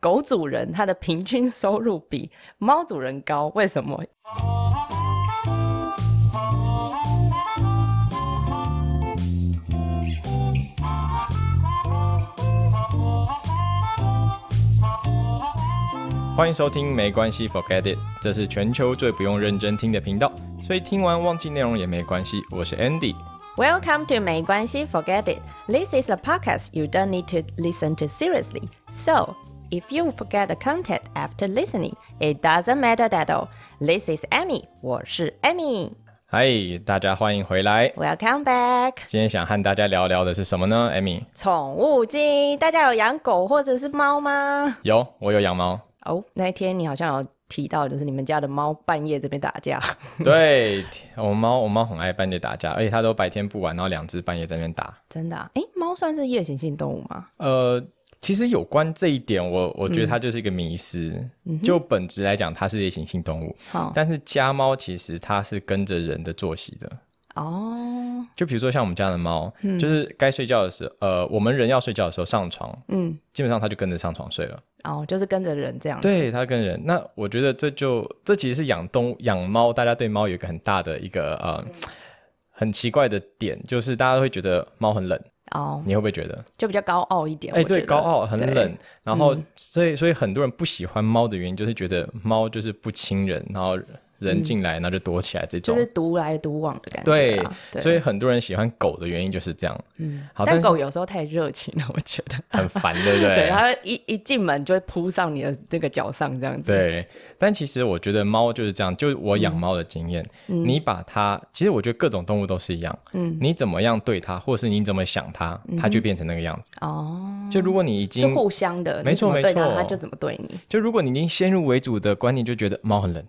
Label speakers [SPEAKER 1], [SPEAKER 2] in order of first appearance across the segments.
[SPEAKER 1] 狗主人他的平均收入比猫主人高，为什么？
[SPEAKER 2] 欢迎收听，没关系，Forget It，这是全球最不用认真听的频道，所以听完忘记内容也没关系。我是 Andy，
[SPEAKER 1] Welcome to 没关系，Forget it. This is a podcast you don't need to listen to seriously. So, if you forget the content after listening, it doesn't matter at all. This is Amy，我是 Amy。
[SPEAKER 2] 嗨，大家欢迎回来。
[SPEAKER 1] Welcome back。
[SPEAKER 2] 今天想和大家聊聊的是什么呢？Amy，
[SPEAKER 1] 宠物经，大家有养狗或者是猫吗？
[SPEAKER 2] 有，我有养猫。
[SPEAKER 1] 哦、那一天你好像有提到，就是你们家的猫半夜这边打架。
[SPEAKER 2] 对，我猫，我猫很爱半夜打架，而且它都白天不玩，然后两只半夜在那边打。
[SPEAKER 1] 真的、啊？哎，猫算是夜行性动物吗？
[SPEAKER 2] 呃，其实有关这一点，我我觉得它就是一个迷失。就本质来讲，它是夜行性动物，
[SPEAKER 1] 好
[SPEAKER 2] 但是家猫其实它是跟着人的作息的。
[SPEAKER 1] 哦，
[SPEAKER 2] 就比如说像我们家的猫，就是该睡觉的时候，呃，我们人要睡觉的时候上床，
[SPEAKER 1] 嗯，
[SPEAKER 2] 基本上它就跟着上床睡了。
[SPEAKER 1] 哦，就是跟着人这样。，
[SPEAKER 2] 对，它跟人。那我觉得这就这其实是养动物养猫，大家对猫有一个很大的一个呃很奇怪的点，就是大家会觉得猫很冷，
[SPEAKER 1] 哦，
[SPEAKER 2] 你会不会觉得？
[SPEAKER 1] 就比较高傲一点。
[SPEAKER 2] 哎、
[SPEAKER 1] 我觉
[SPEAKER 2] 对，
[SPEAKER 1] 得
[SPEAKER 2] 高傲很
[SPEAKER 1] 对嗯
[SPEAKER 2] 冷。然后所以所以很多人不喜欢猫的原因，就是觉得猫就是不亲人，然后人进来、然后就躲起来这
[SPEAKER 1] 就
[SPEAKER 2] 种。
[SPEAKER 1] 是独来独往的感觉
[SPEAKER 2] 对
[SPEAKER 1] 啦。，
[SPEAKER 2] 所以很多人喜欢狗的原因就是这样。
[SPEAKER 1] 嗯，
[SPEAKER 2] 好，但
[SPEAKER 1] 但
[SPEAKER 2] 是
[SPEAKER 1] 狗有时候太热情了，我觉得。
[SPEAKER 2] 很烦，对不 对？
[SPEAKER 1] 对，它会一一进门就会扑上你的这个脚上这样子。，
[SPEAKER 2] 对，但其实我觉得猫就是这样，就是我养猫的经验，你把它，其实我觉得各种动物都是一样，
[SPEAKER 1] 嗯，
[SPEAKER 2] 你怎么样对它，或是你怎么想它，它就变成那个样子。
[SPEAKER 1] 哦，
[SPEAKER 2] 就如果你已
[SPEAKER 1] 是
[SPEAKER 2] 经，
[SPEAKER 1] 互相的，
[SPEAKER 2] 没
[SPEAKER 1] 你怎
[SPEAKER 2] 错
[SPEAKER 1] 么对它
[SPEAKER 2] 没错
[SPEAKER 1] 它就怎么对你。
[SPEAKER 2] 就如果你已经先入为主的观念，就觉得猫 很冷，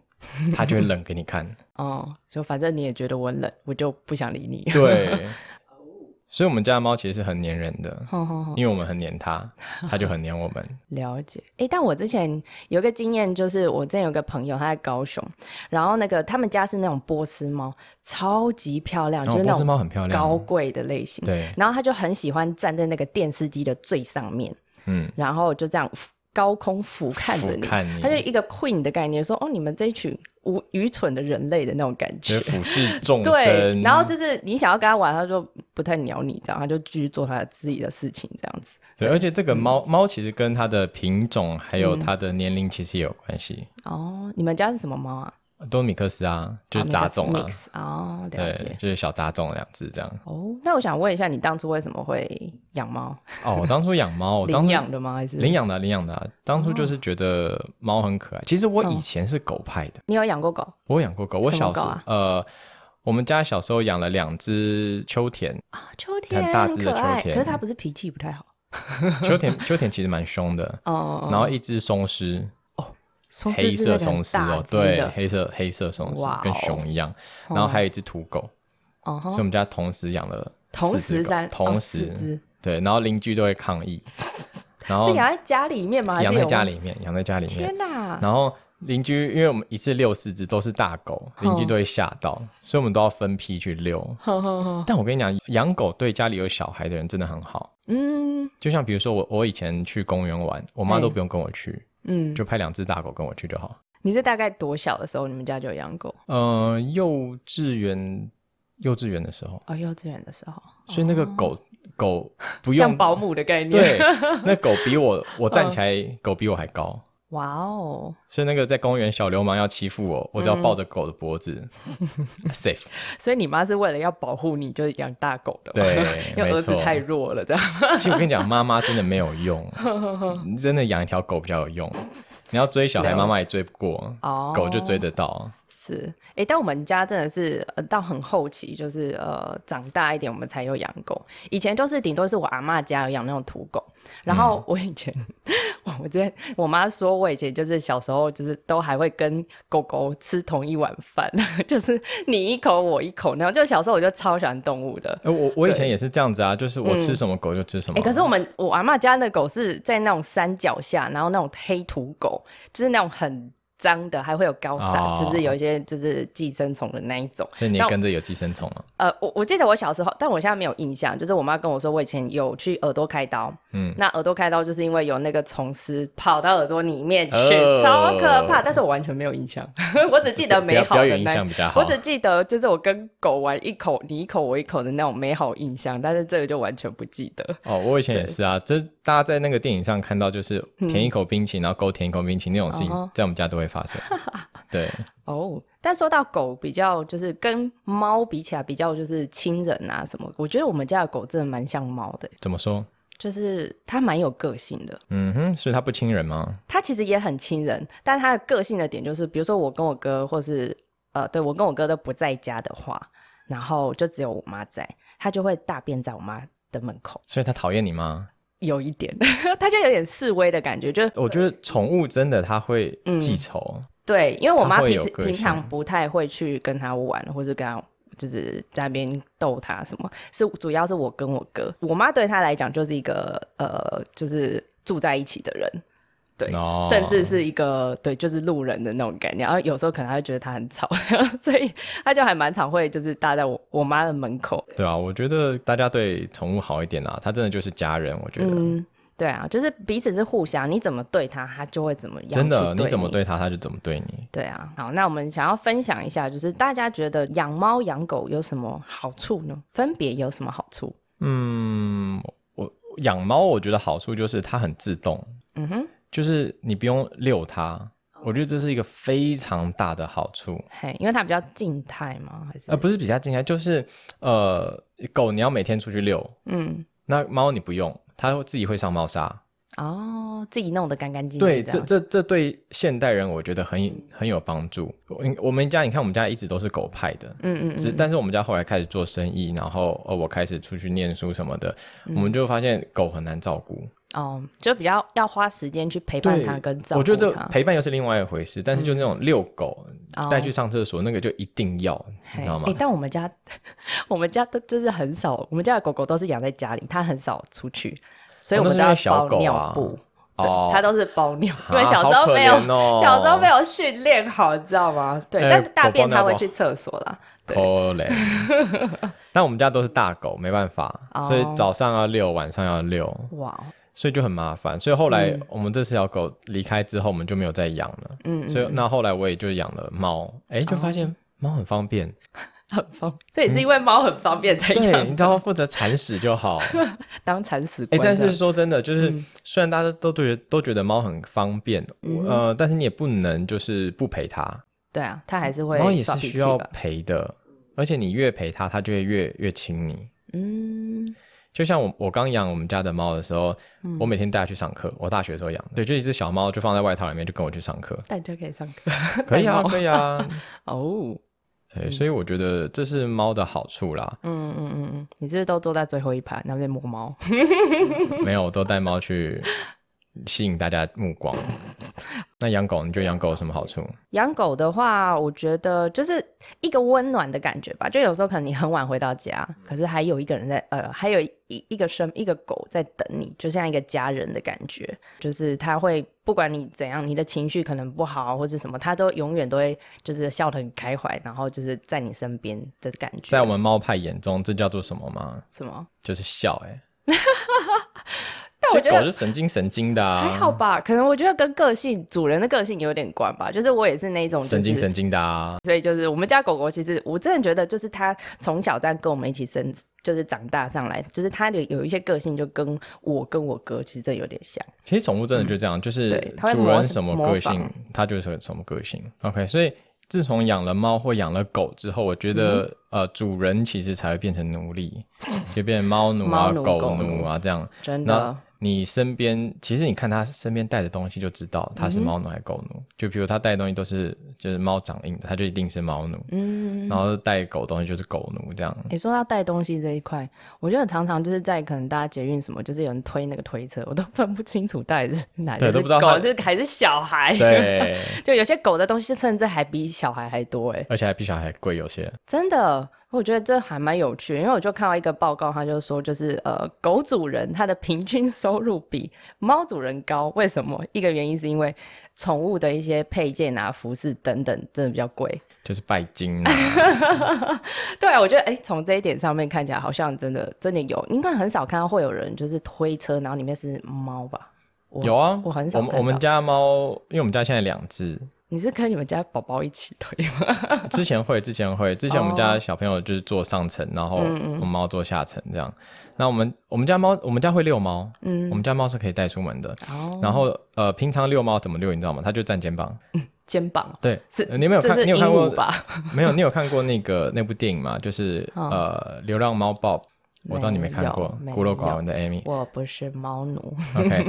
[SPEAKER 2] 它就会冷给你看。
[SPEAKER 1] 哦，就反正你也觉得我冷，我就不想理你。
[SPEAKER 2] 对，所以我们家的猫其实是很粘人的。
[SPEAKER 1] 好好好，
[SPEAKER 2] 因为我们很黏它，它就很 黏我们。
[SPEAKER 1] 了解。诶，但我之前有一个经验，就是我之前有个朋友，他在高雄，然后那个他们家是那种波斯猫，超级漂亮，
[SPEAKER 2] 然
[SPEAKER 1] 就是那
[SPEAKER 2] 后哦波斯
[SPEAKER 1] 种
[SPEAKER 2] 猫很漂亮，
[SPEAKER 1] 高贵的类型。
[SPEAKER 2] 对，
[SPEAKER 1] 然后他就很喜欢站在那个电视机的最上面，
[SPEAKER 2] 嗯，
[SPEAKER 1] 然后就这样俯高空俯瞰着
[SPEAKER 2] 俯
[SPEAKER 1] 你，
[SPEAKER 2] 瞰你，
[SPEAKER 1] 他就一个 queen 的概念，说哦，你们这一群无愚蠢的人类的那种感
[SPEAKER 2] 就
[SPEAKER 1] 觉
[SPEAKER 2] 是。俯视 众
[SPEAKER 1] 对，
[SPEAKER 2] 生，
[SPEAKER 1] 然后就是你想要跟他玩，他就不太鸟你，这样他就继续做他自己的事情，这样子。
[SPEAKER 2] 对，而且这个猫
[SPEAKER 1] 嗯
[SPEAKER 2] 猫其实跟它的品种还有它的年龄其实也有关系，
[SPEAKER 1] 哦，你们家是什么猫啊？
[SPEAKER 2] 都米克斯
[SPEAKER 1] 哦
[SPEAKER 2] 啊，就是杂种啊，
[SPEAKER 1] mix 哦，了
[SPEAKER 2] 对
[SPEAKER 1] 解，。
[SPEAKER 2] 就是小杂种两只这样。
[SPEAKER 1] 哦，那我想问一下，你当初为什么会养猫？
[SPEAKER 2] 哦，我当初养 猫，我当
[SPEAKER 1] 领
[SPEAKER 2] 初
[SPEAKER 1] 养的吗？还是
[SPEAKER 2] 领养的啊领养的啊，当初就是觉得猫很可爱。其实我
[SPEAKER 1] 哦
[SPEAKER 2] 以前是狗派的，
[SPEAKER 1] 你有养过狗？
[SPEAKER 2] 我养过狗，我
[SPEAKER 1] 什么
[SPEAKER 2] 小时
[SPEAKER 1] 狗
[SPEAKER 2] 候
[SPEAKER 1] 啊
[SPEAKER 2] 呃。我们家小时候养了两只 秋田，
[SPEAKER 1] 啊，秋天
[SPEAKER 2] 很大只的
[SPEAKER 1] 可爱，
[SPEAKER 2] 秋天
[SPEAKER 1] 可是它不是脾气不太好
[SPEAKER 2] 秋田秋田其实蛮凶的，
[SPEAKER 1] 哦。
[SPEAKER 2] 然后一只松狮，
[SPEAKER 1] 松狮
[SPEAKER 2] 黑
[SPEAKER 1] 是
[SPEAKER 2] 色
[SPEAKER 1] 那个很
[SPEAKER 2] 松狮
[SPEAKER 1] 大
[SPEAKER 2] 哦，
[SPEAKER 1] 只
[SPEAKER 2] 对
[SPEAKER 1] 的，
[SPEAKER 2] 黑色黑色松狮
[SPEAKER 1] 哇
[SPEAKER 2] 跟
[SPEAKER 1] 哦
[SPEAKER 2] 熊一样，然后还有一只土狗，
[SPEAKER 1] 哦吼
[SPEAKER 2] 所以我们家同时养了
[SPEAKER 1] 同
[SPEAKER 2] 四只
[SPEAKER 1] 时
[SPEAKER 2] 狗
[SPEAKER 1] 三
[SPEAKER 2] 同
[SPEAKER 1] 哦
[SPEAKER 2] 时、
[SPEAKER 1] 四只
[SPEAKER 2] 对，然后邻居都会抗 议，然后
[SPEAKER 1] 是养在家里面吗？还是
[SPEAKER 2] 养在
[SPEAKER 1] 有
[SPEAKER 2] 家
[SPEAKER 1] 外？
[SPEAKER 2] 里面，养在家里面
[SPEAKER 1] 天，哪！
[SPEAKER 2] 然后邻居因为我们一次遛四只都是大狗，邻居
[SPEAKER 1] 哼
[SPEAKER 2] 都会吓到，所以我们都要分批去遛。
[SPEAKER 1] 呵呵呵，
[SPEAKER 2] 但我跟你讲，养狗对家里有小孩的人真的很好。
[SPEAKER 1] 嗯
[SPEAKER 2] 就像比如说我，我以前去公园玩，我妈
[SPEAKER 1] 对
[SPEAKER 2] 都不用跟我去，
[SPEAKER 1] 嗯，
[SPEAKER 2] 就派两只大狗跟我去就好。
[SPEAKER 1] 你是大概多小的时候你们家就有养狗？
[SPEAKER 2] 呃，幼稚园幼稚园的时候，
[SPEAKER 1] 哦，幼稚园的时候，
[SPEAKER 2] 所以那个狗、狗不
[SPEAKER 1] 哦像
[SPEAKER 2] 用
[SPEAKER 1] 保姆的概念。
[SPEAKER 2] 对，，那狗比我，我
[SPEAKER 1] 嗯
[SPEAKER 2] 站起来，狗比我还高。
[SPEAKER 1] 哇哦，
[SPEAKER 2] 所以那个在公园小流氓要欺负我，我
[SPEAKER 1] 嗯
[SPEAKER 2] 只要抱着狗的脖子，safe。
[SPEAKER 1] 所以你妈是为了要保护你，就养大狗的。，
[SPEAKER 2] 对，
[SPEAKER 1] 因为
[SPEAKER 2] 没
[SPEAKER 1] 儿子
[SPEAKER 2] 错。
[SPEAKER 1] 太弱了，这样。
[SPEAKER 2] 其实我跟你讲，妈妈真的没 有用，你真的养一条狗比较有用。你要追小孩，
[SPEAKER 1] 了解
[SPEAKER 2] 妈妈也追不过，
[SPEAKER 1] 哦，
[SPEAKER 2] 狗就追得到。
[SPEAKER 1] 是，哎、但我们家真的是、呃、到很后期，就是呃长大一点，我们才有养狗。以前就是顶多是我阿嬷家有养那种土狗，然后我以前、我我之前我妈说我以前就是小时候就是都还会跟狗狗吃同一碗饭， 就是你一口我一口，然后就小时候我就超喜欢动物的。
[SPEAKER 2] 哎，我我以
[SPEAKER 1] 对
[SPEAKER 2] 前也是这样子啊，就是我吃什么狗就吃什
[SPEAKER 1] 哎、
[SPEAKER 2] 么。
[SPEAKER 1] 可是我们我阿嬷家的狗是在那种山脚下，然后那种黑土狗，就是那种很脏的，还会有高散，
[SPEAKER 2] 哦
[SPEAKER 1] 就是有一些就是寄生虫的那一种。
[SPEAKER 2] 所以你也
[SPEAKER 1] 那我
[SPEAKER 2] 跟着有寄生虫啊了。
[SPEAKER 1] 呃，我我记得我小时候，但我现在没有印象。就是我妈跟我说，我以前有去耳朵开刀，
[SPEAKER 2] 嗯
[SPEAKER 1] 嗯，那耳朵开刀就是因为有那个虫丝跑到耳朵里面去，
[SPEAKER 2] 哦
[SPEAKER 1] 超可怕。但是我完全没有印象， 我只记得
[SPEAKER 2] 不要
[SPEAKER 1] 美好
[SPEAKER 2] 不要
[SPEAKER 1] 的
[SPEAKER 2] 有影
[SPEAKER 1] 那
[SPEAKER 2] 响比较好
[SPEAKER 1] 我。只记得就是我跟狗玩一口你一口我一口的那种美好印象，但是这个就完全不记得。
[SPEAKER 2] 哦，我以前也是啊，这大家在那个电影上看到，就是
[SPEAKER 1] 嗯
[SPEAKER 2] 舔一口冰淇淋，然后狗舔一口冰淇淋那种事
[SPEAKER 1] 哦
[SPEAKER 2] 情，在我们家都会 发生。对，
[SPEAKER 1] 哦，但说到狗，比较就是跟猫比起来，比较就是亲人啊什么。我觉得我们家的狗真的蛮像猫的，
[SPEAKER 2] 怎么说？
[SPEAKER 1] 就是它蛮有个性的。
[SPEAKER 2] 嗯哼，所以它不亲人吗？
[SPEAKER 1] 它其实也很亲人，但它的个性的点就是，比如说我跟我哥，或是呃，对我跟我哥都不在家的话，然后就只有我妈在，它就会大便在我妈的门口，
[SPEAKER 2] 所以它讨厌你吗？
[SPEAKER 1] 有一点， 它就有点示威的感觉，就
[SPEAKER 2] 我觉得宠物真的它会
[SPEAKER 1] 嗯
[SPEAKER 2] 记仇，
[SPEAKER 1] 对，因为我
[SPEAKER 2] 它
[SPEAKER 1] 妈
[SPEAKER 2] 会
[SPEAKER 1] 平
[SPEAKER 2] 有
[SPEAKER 1] 时
[SPEAKER 2] 个
[SPEAKER 1] 平
[SPEAKER 2] 性
[SPEAKER 1] 常不太会去跟她玩，或是跟她就是在那边逗她什么，是主要是我跟我哥，我妈对她来讲就是一个呃，就是住在一起的人，对
[SPEAKER 2] 哦
[SPEAKER 1] 甚至是一个对，就是路人的那种概念。然后有时候可能她会觉得她很吵， 所以她就还蛮常会就是搭在我我妈的门口，
[SPEAKER 2] 对啊，我觉得大家对宠物好一点啦，它真的就是家人，我觉得。
[SPEAKER 1] 嗯。对啊，就是彼此是互相，你怎么对她，她就会怎么样。
[SPEAKER 2] 真的，
[SPEAKER 1] 你
[SPEAKER 2] 你怎么对它，它就怎么对你。
[SPEAKER 1] 对啊，好，那我们想要分享一下，就是大家觉得养猫养狗有什么好处呢？分别有什么好处？
[SPEAKER 2] 嗯，我养猫，我觉得好处就是它很自动，
[SPEAKER 1] 嗯哼，哦
[SPEAKER 2] 就是你不用遛它，我觉得这是一个非常大的好处。
[SPEAKER 1] 嘿，因为它比较静态嘛，还是、
[SPEAKER 2] 呃，不是比较静态，就是呃，狗你要每天出去遛，
[SPEAKER 1] 嗯
[SPEAKER 2] 那猫你不用，它自己会上猫砂。
[SPEAKER 1] 哦，自己弄得干干净净
[SPEAKER 2] 对，
[SPEAKER 1] 这
[SPEAKER 2] 这
[SPEAKER 1] 样
[SPEAKER 2] 这这对现代人我觉得
[SPEAKER 1] 嗯
[SPEAKER 2] 很很有帮助。我我们家你看，我们家一直都是狗派的，
[SPEAKER 1] 嗯嗯
[SPEAKER 2] 只但是我们家后来开始做生意，然后呃，我开始出去念书什么的，我们就发现狗很难照顾。
[SPEAKER 1] 嗯，哦，就比较要花时间去陪伴它跟照顾它。
[SPEAKER 2] 我觉得这陪伴又是另外一回事，但是就那种遛狗
[SPEAKER 1] 哦
[SPEAKER 2] 带去上厕所那个就一定要，你
[SPEAKER 1] 嘿哎
[SPEAKER 2] 知道吗
[SPEAKER 1] 诶？但我们家我们家都就是很少，我们家的狗狗都是养在家里，它很少出去，所以
[SPEAKER 2] 哦
[SPEAKER 1] 我们
[SPEAKER 2] 那是
[SPEAKER 1] 都
[SPEAKER 2] 因为
[SPEAKER 1] 要
[SPEAKER 2] 小
[SPEAKER 1] 包
[SPEAKER 2] 狗
[SPEAKER 1] 尿
[SPEAKER 2] 啊
[SPEAKER 1] 布。对
[SPEAKER 2] 哦，，
[SPEAKER 1] 它都是包尿，因
[SPEAKER 2] 啊
[SPEAKER 1] 为小时
[SPEAKER 2] 好
[SPEAKER 1] 候
[SPEAKER 2] 可
[SPEAKER 1] 没有
[SPEAKER 2] 怜哦
[SPEAKER 1] 小时候没有训练好，你知道吗？对，
[SPEAKER 2] 哎
[SPEAKER 1] 但是大便
[SPEAKER 2] 狗包
[SPEAKER 1] 它
[SPEAKER 2] 尿
[SPEAKER 1] 会
[SPEAKER 2] 布
[SPEAKER 1] 去厕所啦。对
[SPEAKER 2] 可怜。 但我们家都是大狗，没办法，
[SPEAKER 1] 哦
[SPEAKER 2] 所以早上要遛，晚上要遛，
[SPEAKER 1] 哇，
[SPEAKER 2] 所以就很麻烦。所以后来我们这四条狗离开之后，我们就没有再养了。
[SPEAKER 1] 嗯，哦
[SPEAKER 2] 所以那后来我也就养了猫，哎，就发现猫很 方便。
[SPEAKER 1] 很方，这也是因为猫很方便才
[SPEAKER 2] 嗯对，
[SPEAKER 1] 养
[SPEAKER 2] 你只要负责铲屎就好。
[SPEAKER 1] 当铲屎
[SPEAKER 2] 哎、
[SPEAKER 1] 官这
[SPEAKER 2] 但
[SPEAKER 1] 样。
[SPEAKER 2] 是说真的，就是、
[SPEAKER 1] 嗯
[SPEAKER 2] 虽然大家都觉得都觉得猫很方便，呃，但是你也不能就是不陪它，
[SPEAKER 1] 对啊，它还是会
[SPEAKER 2] 猫也
[SPEAKER 1] 耍
[SPEAKER 2] 是
[SPEAKER 1] 脾
[SPEAKER 2] 需
[SPEAKER 1] 气
[SPEAKER 2] 要
[SPEAKER 1] 吧？
[SPEAKER 2] 陪的，而且你越陪它，它就会越越亲你。
[SPEAKER 1] 嗯，，
[SPEAKER 2] 就像我我刚养我们家的猫的时候，我每天带它去上课，我大学的时候养的，对，就一只小猫就放在外套里面，就跟我去上课
[SPEAKER 1] 但就可以上课
[SPEAKER 2] 可以
[SPEAKER 1] 带
[SPEAKER 2] 啊，
[SPEAKER 1] 猫
[SPEAKER 2] 可 以啊，
[SPEAKER 1] 哦。
[SPEAKER 2] 对，所以我觉得这是猫的好处啦。
[SPEAKER 1] 嗯嗯嗯嗯，你是不是都坐在最后一排，然后在摸猫？
[SPEAKER 2] 没有，我都带猫去吸引大家目 光。那养狗，你觉得养狗有什么好处？
[SPEAKER 1] 养狗的话，我觉得就是一个温暖的感觉吧。就有时候可能你很晚回到家，可是还有一个人在，呃，还有一一个生一个狗在等你，就像一个家人的感觉。就是他会不管你怎样，你的情绪可能不好或者什么，他都永远都会就是笑得很开怀，然后就是在你身边的感觉。
[SPEAKER 2] 在我们猫派眼中，这叫做什么吗？
[SPEAKER 1] 什么？
[SPEAKER 2] 就是笑、欸，哎，
[SPEAKER 1] 但
[SPEAKER 2] 这
[SPEAKER 1] 我觉
[SPEAKER 2] 狗
[SPEAKER 1] 得
[SPEAKER 2] 是神经神经的、啊，
[SPEAKER 1] 还好吧，可能我觉得跟个性主人的个性有点关吧。就是我也是那一种、就是、
[SPEAKER 2] 神经神经的、啊。
[SPEAKER 1] 所以就是我们家狗狗，其实我真的觉得，就是它从小在跟我们一起生，就是长大上来，就是它有有一些个性，就跟我跟我哥其实真的有点像。
[SPEAKER 2] 其实宠物真的就这样，就
[SPEAKER 1] 嗯
[SPEAKER 2] 是
[SPEAKER 1] 对它会
[SPEAKER 2] 主
[SPEAKER 1] 模
[SPEAKER 2] 人
[SPEAKER 1] 仿
[SPEAKER 2] 什么个
[SPEAKER 1] 模
[SPEAKER 2] 性
[SPEAKER 1] 仿，啊
[SPEAKER 2] 它就是什么个性。OK，所以自从养了猫或养了狗之后，我觉得、
[SPEAKER 1] 嗯
[SPEAKER 2] 呃，主人其实才会变成奴隶，就变成猫奴啊、
[SPEAKER 1] 猫奴
[SPEAKER 2] 狗
[SPEAKER 1] 狗
[SPEAKER 2] 奴啊这样。
[SPEAKER 1] 真
[SPEAKER 2] 那
[SPEAKER 1] 的，
[SPEAKER 2] 你身边，其实你看他身边带的东西就知道他是猫奴还是狗奴。
[SPEAKER 1] 嗯
[SPEAKER 2] 就比如他带的东西都是就是猫掌印的，他就一定是猫奴。
[SPEAKER 1] 嗯，
[SPEAKER 2] 然后带狗的东西就是狗奴 这样。
[SPEAKER 1] 你说到带东西这一块，我觉得常常就是在可能大家捷运什么，就是有人推那个推车，我都分不清楚到底是哪
[SPEAKER 2] 对
[SPEAKER 1] 个
[SPEAKER 2] 都
[SPEAKER 1] 是
[SPEAKER 2] 不知道它
[SPEAKER 1] 狗是还是小孩。，
[SPEAKER 2] 对，
[SPEAKER 1] 就有些狗的东西甚至还比小孩还多哎、
[SPEAKER 2] 而且还比小孩贵，有些
[SPEAKER 1] 真的，我觉得这还蛮有趣，因为我就看到一个报告，他就说，就是呃，狗主人他的平均收入比猫主人高，为什么？一个原因是因为宠物的一些配件啊、服饰等等，真的比较贵。
[SPEAKER 2] 就是拜金啊，
[SPEAKER 1] 对啊，我觉得哎，从这一点上面看起来，好像真的真的有，应该很少看到会有人就是推车，然后里面是猫吧？我
[SPEAKER 2] 有啊，
[SPEAKER 1] 我很少
[SPEAKER 2] 我们
[SPEAKER 1] 看
[SPEAKER 2] 我们
[SPEAKER 1] 到
[SPEAKER 2] 家猫，因为我们家现在两只，
[SPEAKER 1] 你是跟你们家宝宝一起推吗？
[SPEAKER 2] 之前会，之前 会，之前我们家小朋友就是坐上层，然后我
[SPEAKER 1] 嗯嗯
[SPEAKER 2] 们猫坐下层这样。那我们我们家猫，我们家会遛猫，
[SPEAKER 1] 嗯
[SPEAKER 2] 我，们家猫是可以带出门的。
[SPEAKER 1] 哦，
[SPEAKER 2] 然后呃，平常遛猫怎么遛，你知道吗？它就站肩膀。
[SPEAKER 1] 肩膀
[SPEAKER 2] 对，
[SPEAKER 1] 是
[SPEAKER 2] 呃你没有
[SPEAKER 1] 这
[SPEAKER 2] 看，
[SPEAKER 1] 是
[SPEAKER 2] 你
[SPEAKER 1] 鹦
[SPEAKER 2] 有看过
[SPEAKER 1] 鹉？ 吧？
[SPEAKER 2] 没有，你有看过那个那部电影吗？就是
[SPEAKER 1] 哦
[SPEAKER 2] 呃，《流浪猫 Bob》，我知道你没看过，
[SPEAKER 1] 没有
[SPEAKER 2] 孤陋
[SPEAKER 1] 没有
[SPEAKER 2] 寡闻的 Amy。
[SPEAKER 1] 我不是猫奴
[SPEAKER 2] OK，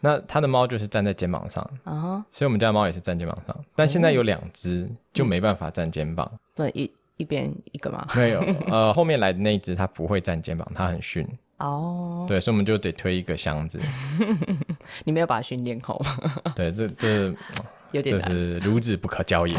[SPEAKER 2] 那它的猫就是站在肩膀上，
[SPEAKER 1] 啊，
[SPEAKER 2] 所以我们家猫也是站肩膀上，但现在有两只就没办法站肩膀。
[SPEAKER 1] 不能一一边一个吗？
[SPEAKER 2] 没有，呃，后面来的那一只它不会站肩膀，它很逊，
[SPEAKER 1] 哦，
[SPEAKER 2] 对，所以我们就得推一个箱子，
[SPEAKER 1] 你没有把它训练好吗？
[SPEAKER 2] 对，这这
[SPEAKER 1] 有点
[SPEAKER 2] 这
[SPEAKER 1] 难，
[SPEAKER 2] 是孺子不可教也，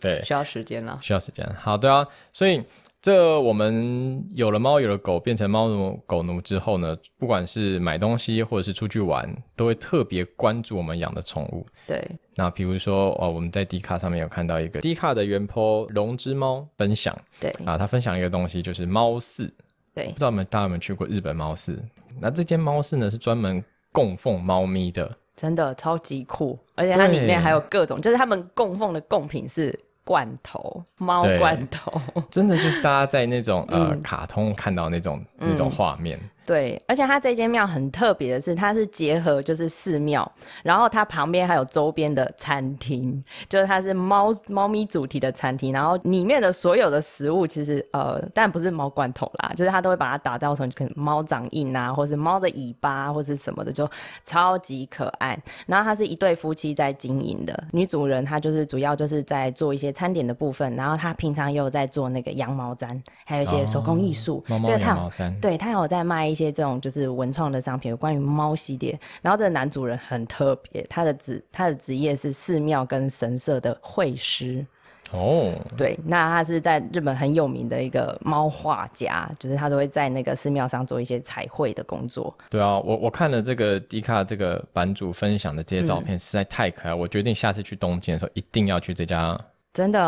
[SPEAKER 2] 对，
[SPEAKER 1] 需要时间啦。
[SPEAKER 2] 需要时间。好，对啊，所以这我们有了猫，有了狗，变成猫奴、狗奴之后呢，不管是买东西或者是出去玩，都会特别关注我们养的宠物。
[SPEAKER 1] 对，
[SPEAKER 2] 那比如说，哦，我们在 D 卡上面有看到一个 D 卡的原 po 龙之猫分享
[SPEAKER 1] 对，
[SPEAKER 2] 啊，他分享一个东西，就是猫寺。
[SPEAKER 1] 对
[SPEAKER 2] 不，知道你们大家有没有去过日本猫寺？那这间猫寺呢是专门供奉猫咪的，
[SPEAKER 1] 真的超级酷，而且它里面还有各种，就是他们供奉的贡品是罐头，猫
[SPEAKER 2] 对
[SPEAKER 1] 罐头。
[SPEAKER 2] 真的就是大家在那种呃
[SPEAKER 1] 嗯
[SPEAKER 2] 卡通看到那种
[SPEAKER 1] 嗯
[SPEAKER 2] 那种画面，
[SPEAKER 1] 对，而且它这间庙很特别的是，它是结合就是寺庙，然后它旁边还有周边的餐厅，就是它是猫猫咪主题的餐厅，然后里面的所有的食物其实呃，但不是猫罐头啦，就是它都会把它打造成可能猫掌印啊，或是猫的尾巴啊或是什么的，就超级可爱。然后它是一对夫妻在经营的，女主人她就是主要就是在做一些餐点的部分，然后她平常也有在做那个羊毛毡，还有一些手工艺术，
[SPEAKER 2] 哦猫猫
[SPEAKER 1] 所以她
[SPEAKER 2] 羊
[SPEAKER 1] 有
[SPEAKER 2] 毛毡，
[SPEAKER 1] 对他有在卖一些这种就是文创的商品，有关于猫系列。然后这个男主人很特别，他的职他的职业是寺庙跟神社的会师。
[SPEAKER 2] 哦，
[SPEAKER 1] 对，那他是在日本很有名的一个猫画家，就是他都会在那个寺庙上做一些彩绘的工作。
[SPEAKER 2] 对啊，我我看了这个 D 卡这个版主分享的这
[SPEAKER 1] 嗯
[SPEAKER 2] 些照片，实在太可爱，我决定下次去东京的时候一定要去这家。
[SPEAKER 1] 真的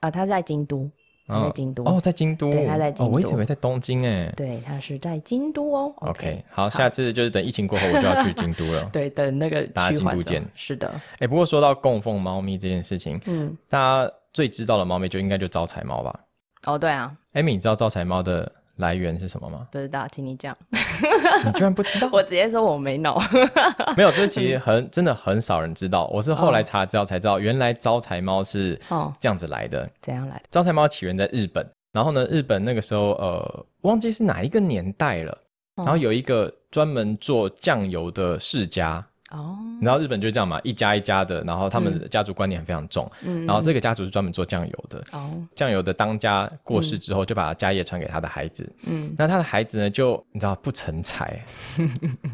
[SPEAKER 1] 啊、他在京都，他在
[SPEAKER 2] 嗯
[SPEAKER 1] 京都。
[SPEAKER 2] 哦，在京都，
[SPEAKER 1] 对它在京
[SPEAKER 2] 哦，我一
[SPEAKER 1] 都
[SPEAKER 2] 直以为在东京哎。
[SPEAKER 1] 对，他是在京都哦。。
[SPEAKER 2] OK，好，下次就是等疫情过后我就要去京都了
[SPEAKER 1] 对，等那个
[SPEAKER 2] 大家
[SPEAKER 1] 趋
[SPEAKER 2] 京
[SPEAKER 1] 缓
[SPEAKER 2] 都
[SPEAKER 1] 的
[SPEAKER 2] 见
[SPEAKER 1] 是 的，
[SPEAKER 2] 哎，不过说到供奉猫咪这件事情，
[SPEAKER 1] 嗯，
[SPEAKER 2] 大家最知道的猫咪就应该就招财猫吧。
[SPEAKER 1] 哦，对啊，
[SPEAKER 2] 艾米，你知道招财猫的来源是什么吗
[SPEAKER 1] ？不知道，请你讲。
[SPEAKER 2] 你居然不知道？
[SPEAKER 1] 我直接说我没脑。
[SPEAKER 2] 没有，这其实很真的很少人知道。我是后来查资料才知道，原来招财猫是
[SPEAKER 1] 嗯哦，
[SPEAKER 2] 这样子来的。
[SPEAKER 1] 怎样来的？
[SPEAKER 2] 招财猫起源在日本，然后呢，日本那个时候呃，忘记是哪一个年代了，
[SPEAKER 1] 哦
[SPEAKER 2] 然后有一个专门做酱油的世家。
[SPEAKER 1] 哦，
[SPEAKER 2] 你知道日本就这样嘛，一家一家的，然后他们的家族观念非常重，
[SPEAKER 1] 嗯，
[SPEAKER 2] 然后这个家族是专门做酱油的，
[SPEAKER 1] 哦，
[SPEAKER 2] 酱油的当家过世之后，就把家业传给他的孩子，
[SPEAKER 1] 嗯，
[SPEAKER 2] 那他的孩子呢，就你知道不 成才，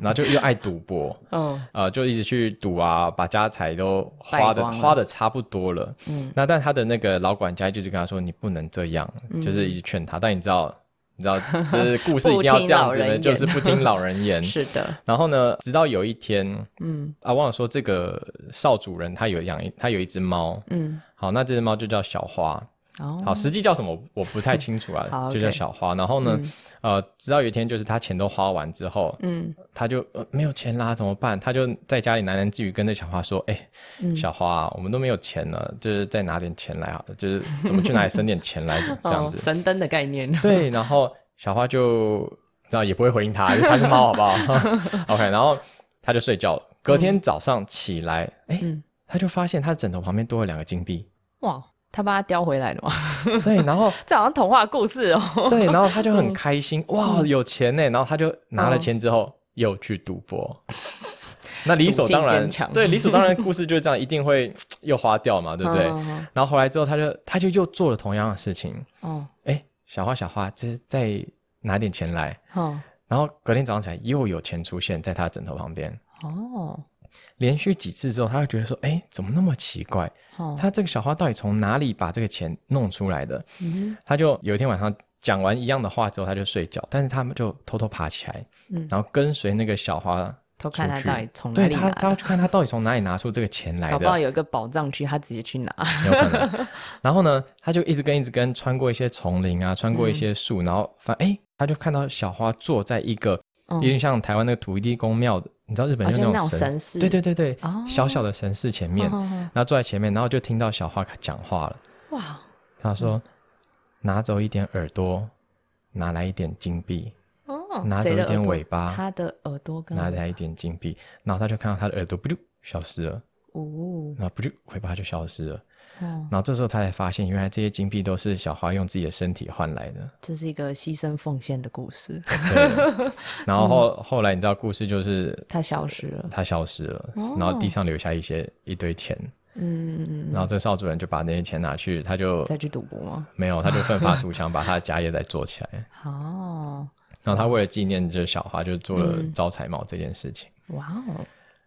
[SPEAKER 2] 然后就又爱赌博，
[SPEAKER 1] 哦，
[SPEAKER 2] 呃，就一直去赌啊，把家财都花的
[SPEAKER 1] 败光了
[SPEAKER 2] 花的差不多了。嗯，那但他的那个老管家就是跟他说，你不能这样，就是一直劝他。但你知道，你 知道，这故事一定要这样子
[SPEAKER 1] 不听老人
[SPEAKER 2] 的，
[SPEAKER 1] 言
[SPEAKER 2] 就是不听老人言。
[SPEAKER 1] 是的，
[SPEAKER 2] 然后呢，直到有一天
[SPEAKER 1] 嗯
[SPEAKER 2] 啊，忘了说这个少主人他有养一他有一只猫，
[SPEAKER 1] 嗯，
[SPEAKER 2] 好，那这只猫就叫小花。
[SPEAKER 1] 哦，
[SPEAKER 2] 好，实际叫什么我不太清楚 啊，
[SPEAKER 1] 好
[SPEAKER 2] 就叫
[SPEAKER 1] OK
[SPEAKER 2] 小花。然后呢，呃，直到有一天，就是他钱都花完之后，
[SPEAKER 1] 嗯
[SPEAKER 2] 他就呃没有钱啦，怎么办？他就在家里喃喃自语跟那小花说：“哎、
[SPEAKER 1] 嗯
[SPEAKER 2] 小花啊、我们都没有钱了，就是再拿点钱来好了，就是怎么去哪里省点 钱来，这样
[SPEAKER 1] 哦，
[SPEAKER 2] 子。
[SPEAKER 1] 神灯的概念，
[SPEAKER 2] 对，然后小花就你知道也不会回应他，因为他是猫，好不好 ？OK，然后他就睡觉了。隔天早上起来，哎、
[SPEAKER 1] 嗯
[SPEAKER 2] 他就发现他枕头旁边多了两个金币，
[SPEAKER 1] 哇，他把它叼回来了 吗？
[SPEAKER 2] 对，然后
[SPEAKER 1] 这好像童话故事哦。
[SPEAKER 2] 对，然后他就很开心，哇，
[SPEAKER 1] 嗯
[SPEAKER 2] 有钱呢！然后他就拿了钱之后、又去赌博， 那理所当
[SPEAKER 1] 赌性
[SPEAKER 2] 然
[SPEAKER 1] 坚，强
[SPEAKER 2] 对，理所当然，故事就是这样，一定会又花掉嘛，对不对？
[SPEAKER 1] 嗯嗯嗯
[SPEAKER 2] 然后后来之后，他就他就又做了同样的事情，
[SPEAKER 1] 哦，
[SPEAKER 2] 哎，小花小花，这再拿点钱来，
[SPEAKER 1] 哦，
[SPEAKER 2] 然后隔天早上起来又有钱出现在他的枕头旁边，
[SPEAKER 1] 哦，
[SPEAKER 2] 连续几次之后，他会觉得说，哎，怎么那么奇怪？
[SPEAKER 1] 哦，
[SPEAKER 2] 他这个小花到底从哪里把这个钱弄出来的？
[SPEAKER 1] 嗯
[SPEAKER 2] 他就有一天晚上讲完一样的话之后，他就睡觉，但是他们就偷偷爬起来，
[SPEAKER 1] 嗯
[SPEAKER 2] 然后跟随那个小花，
[SPEAKER 1] 偷看他
[SPEAKER 2] 出去
[SPEAKER 1] 到底从哪
[SPEAKER 2] 对
[SPEAKER 1] 里
[SPEAKER 2] 他，
[SPEAKER 1] 拿
[SPEAKER 2] 他要
[SPEAKER 1] 的，
[SPEAKER 2] 去看他到底从哪里拿出这个钱来
[SPEAKER 1] 搞
[SPEAKER 2] 的
[SPEAKER 1] 不，好有一个宝藏区，他直接去拿。
[SPEAKER 2] 有可能。然后呢，他就一直跟一直跟，穿过一些丛林啊，穿过一些树，然后反哎，他就看到小花坐在一个有
[SPEAKER 1] 嗯，
[SPEAKER 2] 点像台湾那个土地公庙的，你知道日本
[SPEAKER 1] 哦，
[SPEAKER 2] 啊就
[SPEAKER 1] 就是
[SPEAKER 2] 那
[SPEAKER 1] 那种
[SPEAKER 2] 种神，嗯
[SPEAKER 1] 神似，
[SPEAKER 2] 对对对对，
[SPEAKER 1] 哦，
[SPEAKER 2] 小小的神寺前面，
[SPEAKER 1] 哦哦
[SPEAKER 2] 然后坐在前面，然后就听到小花讲话了。
[SPEAKER 1] 哦哇，
[SPEAKER 2] 他说：“拿走一点耳朵，拿来一点金币，
[SPEAKER 1] 哦，
[SPEAKER 2] 拿走
[SPEAKER 1] 谁的
[SPEAKER 2] 一点
[SPEAKER 1] 耳朵
[SPEAKER 2] 尾巴
[SPEAKER 1] 他的耳朵跟
[SPEAKER 2] 拿
[SPEAKER 1] 尾
[SPEAKER 2] 来一点金币。”然后他就看到他的耳朵不就消失了，
[SPEAKER 1] 哦，
[SPEAKER 2] 然后不就尾巴就消失了。
[SPEAKER 1] 哦，
[SPEAKER 2] 然后这时候他才发现，原来这些金币都是小花用自己的身体换来的。
[SPEAKER 1] 这是一个牺牲奉献的故事，
[SPEAKER 2] 对然后后后来你知道故事就是
[SPEAKER 1] 他消失了，
[SPEAKER 2] 他消失了，
[SPEAKER 1] 哦
[SPEAKER 2] 然后地上留下一些一堆钱，
[SPEAKER 1] 嗯，
[SPEAKER 2] 然后这少主人就把那些钱拿去，他就
[SPEAKER 1] 再去赌博吗？
[SPEAKER 2] 没有，他就奋发图强把他的家业再做起来。
[SPEAKER 1] 哦，
[SPEAKER 2] 然后他为了纪念这小花，就做了
[SPEAKER 1] 嗯
[SPEAKER 2] 招财猫这件事情。
[SPEAKER 1] 哇哦，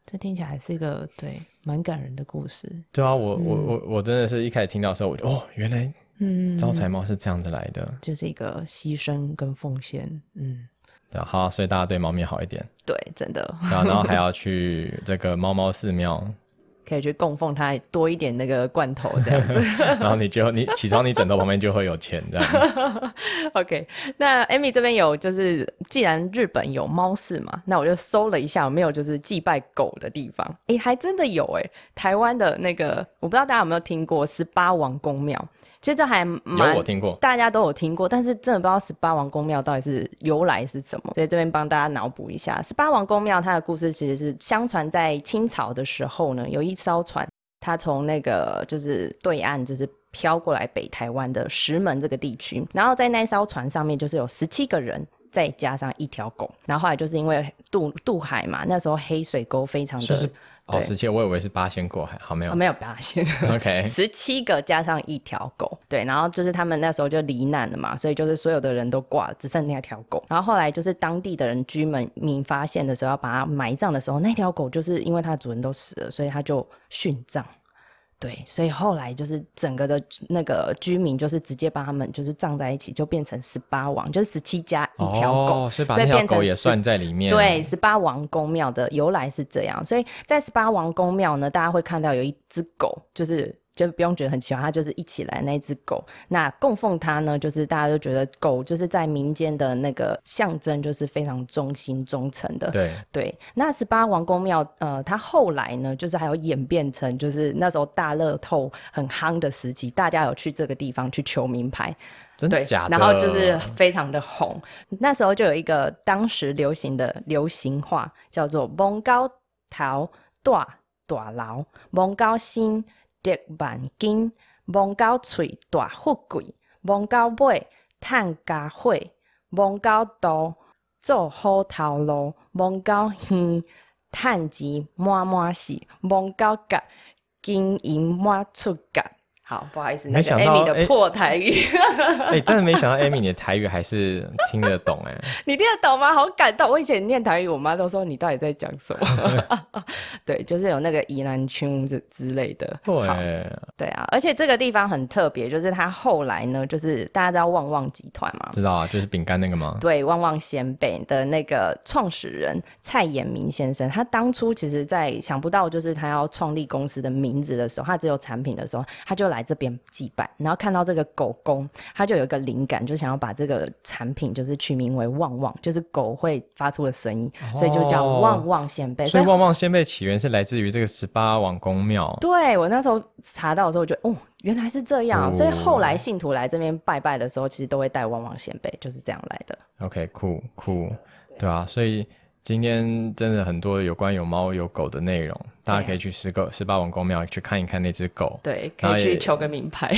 [SPEAKER 1] 这听起来还是一个对蛮感人的故事，
[SPEAKER 2] 对啊，我我我我真的是一开始听到的时候，我就哦，原来
[SPEAKER 1] 嗯，
[SPEAKER 2] 招财猫是这样子来的，
[SPEAKER 1] 就是一个牺牲跟奉献，嗯，
[SPEAKER 2] 对啊，好，所以大家对猫咪好一点，
[SPEAKER 1] 对，真的
[SPEAKER 2] 对啊，然后还要去这个猫猫寺庙，
[SPEAKER 1] 可以去供奉他多一点那个罐头这样子。
[SPEAKER 2] 然后你就你起床，你枕头旁边就会有钱这 样。
[SPEAKER 1] OK，那 Amy 这边有就是，既然日本有猫寺嘛，那我就搜了一下有没有就是祭拜狗的地方。诶，还真的有诶，台湾的那个我不知道大家有没有听过十八王公庙，其实这还蛮
[SPEAKER 2] 有我听过，
[SPEAKER 1] 大家都有听过，但是真的不知道十八王公庙到底是由来是什么，所以这边帮大家脑补一下。十八王公庙它的故事其实是相传在清朝的时候呢，有一艘船，它从那个就是对岸就是。飘过来北台湾的石门这个地区，然后在那艘船上面就是有十七个人，再加上一条狗，然后后来就是因为渡渡海嘛，那时候黑水沟非常的
[SPEAKER 2] 就是哦，
[SPEAKER 1] 对
[SPEAKER 2] 十七，我以为是八仙过海，好没有
[SPEAKER 1] 啊没有发现，
[SPEAKER 2] ？OK，
[SPEAKER 1] 十七个加上一条狗，对，然后就是他们那时候就罹难了嘛，所以就是所有的人都挂了，只剩那条狗。然后后来就是当地的人居民民发现的时候，要把它埋葬的时候，那条狗就是因为它的主人都死了，所以它就殉葬。对，所以后来就是整个的那个居民就是直接把他们就是葬在一起，就变成十八王，就是十七加 一条狗。
[SPEAKER 2] 哦，所以把
[SPEAKER 1] 所
[SPEAKER 2] 那
[SPEAKER 1] 以
[SPEAKER 2] 条
[SPEAKER 1] 变成
[SPEAKER 2] 狗也算在里面。
[SPEAKER 1] 对，，十八王公庙的由来是这样，所以在十八王公庙呢，大家会看到有一只狗，就是。就不用觉得很奇怪，它就是一起来那一只狗。那供奉它呢，就是大家都觉得狗就是在民间的那个象征，就是非常忠心忠诚的。
[SPEAKER 2] 对，
[SPEAKER 1] 对，那十八王公庙，呃，它后来呢，就是还有演变成，就是那时候大乐透很夯的时期，大家有去这个地方去求名牌，
[SPEAKER 2] 真的
[SPEAKER 1] 对，
[SPEAKER 2] 假的？
[SPEAKER 1] 然后就是非常的红，那时候就有一个当时流行的流行话叫做“蒙高桃大大牢，蒙高心得万金，蒙高嘴大富贵，蒙高尾趁家伙，蒙高肚做好头路，蒙高耳趁钱满满是，蒙高甲金银满出甲。好，不好意思，那
[SPEAKER 2] 没
[SPEAKER 1] 个
[SPEAKER 2] 想到
[SPEAKER 1] Amy
[SPEAKER 2] 哎
[SPEAKER 1] 的破台语。
[SPEAKER 2] 哎，真的没想到 Amy 你的台语还是听得懂哎。
[SPEAKER 1] 你听得懂吗？好感动！我以前念台语，我妈都说你到底在讲什么？ 对，就是有那个宜兰腔之之类的。 好
[SPEAKER 2] 对，
[SPEAKER 1] 对啊，而且这个地方很特别，就是它后来呢，就是大家知道旺旺集团嘛，
[SPEAKER 2] 知道啊，就是饼干那个吗？
[SPEAKER 1] 对，旺旺仙贝的那个创始人蔡衍明先生，他当初其实，在想不到就是他要创立公司的名字的时候，他只有产品的时候，他就来这边祭拜，然后看到这个狗公，他就有一个灵感，就想要把这个产品就是取名为旺旺，就是狗会发出的声音，所以就叫
[SPEAKER 2] 哦
[SPEAKER 1] 旺旺仙贝。
[SPEAKER 2] 所以旺旺仙贝起源是来自于这个十八王公庙。
[SPEAKER 1] 对我那时候查到的时候，我觉得哦，原来是这
[SPEAKER 2] 哦
[SPEAKER 1] 样啊，所以后来信徒来这边拜拜的时候，其实都会带旺旺仙贝，就是这样来的。
[SPEAKER 2] OK，酷酷，对啊，所以今天真的很多有关有猫有狗的内容，大家可以去十个十八王公庙去看一看那只狗，
[SPEAKER 1] 对，可
[SPEAKER 2] 然后
[SPEAKER 1] 以
[SPEAKER 2] 也
[SPEAKER 1] 去求个名牌。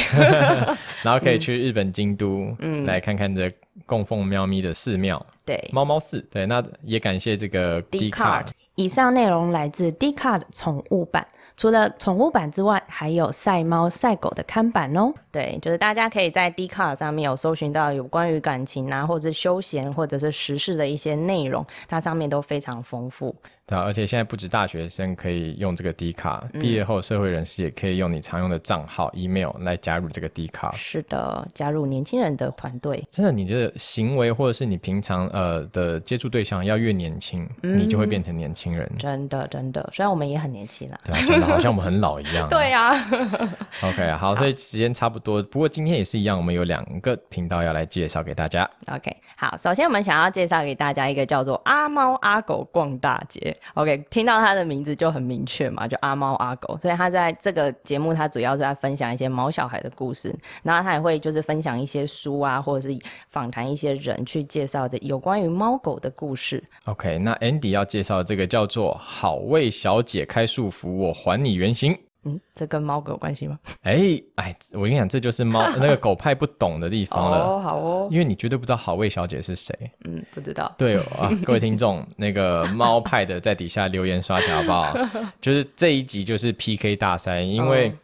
[SPEAKER 2] 然后可以去日本京都，嗯，来看看这供奉喵咪的寺庙
[SPEAKER 1] 对，
[SPEAKER 2] 猫猫寺。对，那也感谢这个
[SPEAKER 1] d
[SPEAKER 2] D
[SPEAKER 1] c a r d 以上内容来自 d c a r d 宠物版，除了宠物版之外，还有晒猫晒狗的看板哦。对，就是大家可以在 d c a r d 上面有搜寻到有关于感情啊，或者是休闲，或者是时事的一些内容，它上面都非常丰富。
[SPEAKER 2] 对啊，而且现在不止大学生可以用这个 D 卡，毕业后社会人士也可以用你常用的账号、email 来加入这个 D 卡。
[SPEAKER 1] 是的，加入年轻人的团队，
[SPEAKER 2] 真的，你这个行为或者是你平常呃的接触对象要越年轻，你就会变成年轻人。
[SPEAKER 1] 真的真的，虽然我们也很年轻啦。
[SPEAKER 2] 对啊，讲的好像我们很老一样。啊
[SPEAKER 1] 对啊呀、
[SPEAKER 2] OK，好，所以时间差不多，不过今天也是一样，我们有两个频道要来介绍给大家。
[SPEAKER 1] OK，好，首先我们想要介绍给大家一个叫做“阿猫阿狗逛大街”。OK，听到它的名字就很明确嘛，就阿猫阿狗，所以它在这个节目，它主要是在分享一些毛小孩的故事，然后它也会就是分享一些书啊，或者是访谈一些人去介绍这有关于猫狗的故事。
[SPEAKER 2] OK，那 Andy 要介绍的这个叫做“好味小姐开束缚，我还你原形”。
[SPEAKER 1] 嗯，这跟猫狗有关系吗？
[SPEAKER 2] 哎哎，我跟你讲，这就是猫那个狗派不懂的地方了，
[SPEAKER 1] 哦，好哦，
[SPEAKER 2] 因为你绝对不知道好味小姐是谁。
[SPEAKER 1] 嗯，不知道。
[SPEAKER 2] 对啊，各位听众，那个猫派的在底下留言刷起来好不好？就是这一集就是 PK 大赛，因为
[SPEAKER 1] 嗯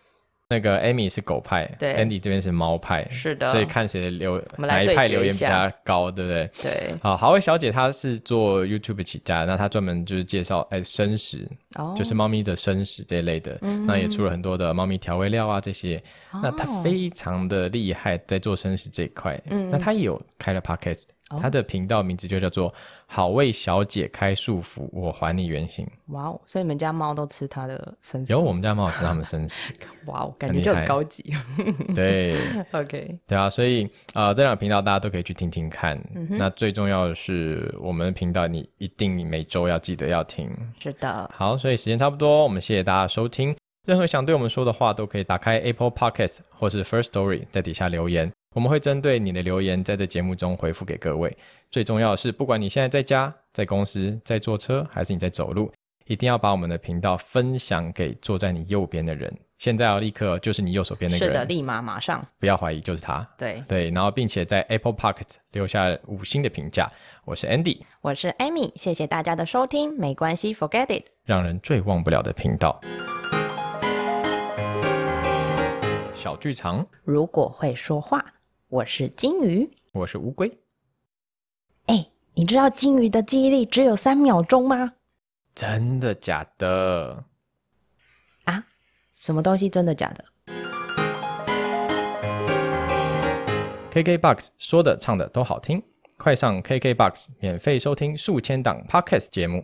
[SPEAKER 2] 那个 Amy 是狗派，
[SPEAKER 1] 对
[SPEAKER 2] Andy 这边是猫派，
[SPEAKER 1] 是的
[SPEAKER 2] 所以看谁的留
[SPEAKER 1] 我们
[SPEAKER 2] 哪
[SPEAKER 1] 来
[SPEAKER 2] 一派
[SPEAKER 1] 对决
[SPEAKER 2] 留言
[SPEAKER 1] 一
[SPEAKER 2] 比
[SPEAKER 1] 下
[SPEAKER 2] 较高，对不对？
[SPEAKER 1] 对，
[SPEAKER 2] 好，好味小姐她是做 YouTube 起家，那她专门就是介绍哎生食，
[SPEAKER 1] 哦，
[SPEAKER 2] 就是猫咪的生食这一类的，那也出了很多的猫咪调味料啊这些。那她非常的厉害，在做生食这一块。那她也有开了 Podcast，、她的频道名字就叫做“好味小姐开束缚，我还你原形
[SPEAKER 1] 哇哦，所以你们家猫都吃它的身”。
[SPEAKER 2] 有
[SPEAKER 1] 上，
[SPEAKER 2] 我们家猫有吃他们生食，
[SPEAKER 1] 哇哦，感觉
[SPEAKER 2] 很厉
[SPEAKER 1] 就
[SPEAKER 2] 害
[SPEAKER 1] 很高级。
[SPEAKER 2] 对
[SPEAKER 1] OK。
[SPEAKER 2] 对啊，所以呃这两个频道大家都可以去听听看。
[SPEAKER 1] 嗯
[SPEAKER 2] 那最重要的是，我们的频道你一定每周要记得要听。
[SPEAKER 1] 是的，
[SPEAKER 2] 好，所以时间差不多，我们谢谢大家收听。任何想对我们说的话，都可以打开 Apple Podcast 或是 First Story，在底下留言，我们会针对你的留言在这节目中回复给各位。最重要的是，不管你现在在家、在公司、在坐车，还是你在走路，一定要把我们的频道分享给坐在你右边的人。现在啊要立刻就是你右手边那个
[SPEAKER 1] 是的，
[SPEAKER 2] 人，
[SPEAKER 1] 立马马上，
[SPEAKER 2] 不要怀疑，就是他。
[SPEAKER 1] 对，
[SPEAKER 2] 对，然后并且在 Apple Podcast 留下五星的评价。我是 Andy，
[SPEAKER 1] 我是 Amy，谢谢大家的收听，没关系，Forget it。
[SPEAKER 2] 让人最忘不了的频道。小剧场，
[SPEAKER 1] 如果会说话，我是金鱼。
[SPEAKER 2] 我是乌龟，
[SPEAKER 1] 哎，你知道金鱼的记忆力只有三秒钟吗？
[SPEAKER 2] 真的假的？
[SPEAKER 1] 啊，什么东西？真的假的？
[SPEAKER 2] KKBOX 说的唱的都好听，快上 KKBOX 免费收听数千档 Podcast 节目，